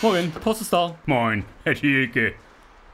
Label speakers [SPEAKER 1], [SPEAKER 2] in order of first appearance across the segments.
[SPEAKER 1] Moin, Post ist da.
[SPEAKER 2] Moin, Herr Schielke.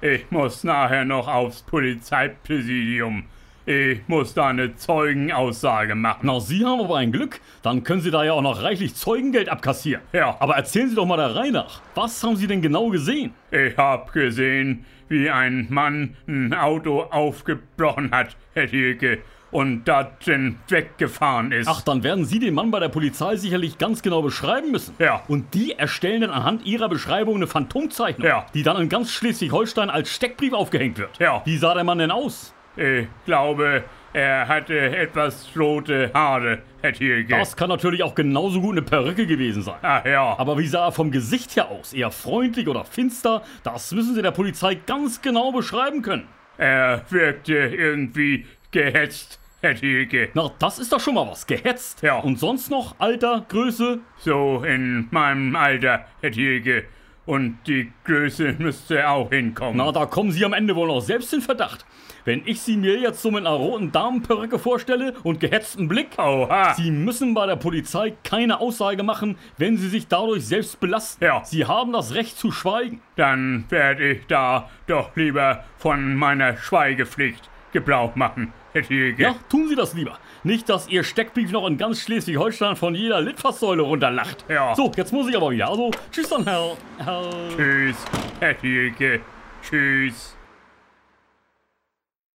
[SPEAKER 2] Ich muss nachher noch aufs Polizeipräsidium. Ich muss da eine Zeugenaussage machen.
[SPEAKER 1] Na, Sie haben aber ein Glück. Dann können Sie da ja auch noch reichlich Zeugengeld abkassieren.
[SPEAKER 2] Ja.
[SPEAKER 1] Aber erzählen Sie doch mal der Reihe nach. Was haben Sie denn genau gesehen?
[SPEAKER 2] Ich hab gesehen, wie ein Mann ein Auto aufgebrochen hat, Herr Schielke, und da drin weggefahren ist.
[SPEAKER 1] Ach, dann werden Sie den Mann bei der Polizei sicherlich ganz genau beschreiben müssen.
[SPEAKER 2] Ja.
[SPEAKER 1] Und die erstellen dann anhand Ihrer Beschreibung eine Phantomzeichnung,
[SPEAKER 2] Ja.
[SPEAKER 1] die dann in ganz Schleswig-Holstein als Steckbrief aufgehängt wird.
[SPEAKER 2] Ja.
[SPEAKER 1] Wie sah der Mann denn aus?
[SPEAKER 2] Ich glaube, er hatte etwas rote Haare, Herr Schielke.
[SPEAKER 1] Das kann natürlich auch genauso gut eine Perücke gewesen sein.
[SPEAKER 2] Ach ja.
[SPEAKER 1] Aber wie sah er vom Gesicht her aus? Eher freundlich oder finster? Das müssen Sie der Polizei ganz genau beschreiben können.
[SPEAKER 2] Er wirkte irgendwie gehetzt, Herr Schielke.
[SPEAKER 1] Na, das ist doch schon mal was. Gehetzt.
[SPEAKER 2] Ja.
[SPEAKER 1] Und sonst noch Alter, Größe.
[SPEAKER 2] So in meinem Alter, Herr Tilke. Und die Größe müsste auch hinkommen.
[SPEAKER 1] Na, da kommen Sie am Ende wohl noch selbst in Verdacht. Wenn ich Sie mir jetzt so mit einer roten Damenperücke vorstelle und gehetztem Blick.
[SPEAKER 2] Oha!
[SPEAKER 1] Sie müssen bei der Polizei keine Aussage machen, wenn Sie sich dadurch selbst belasten.
[SPEAKER 2] Ja.
[SPEAKER 1] Sie haben das Recht zu schweigen.
[SPEAKER 2] Dann werde ich da doch lieber von meiner Schweigepflicht Gebrauch machen, Herr Tilke.
[SPEAKER 1] Ja, tun Sie das lieber. Nicht, dass Ihr Steckbrief noch in ganz Schleswig-Holstein von jeder Litfaßsäule runterlacht.
[SPEAKER 2] Ja.
[SPEAKER 1] So, jetzt muss ich aber wieder. Also, tschüss dann, Herr. Herr.
[SPEAKER 2] Tschüss, Herr Tilke. Tschüss.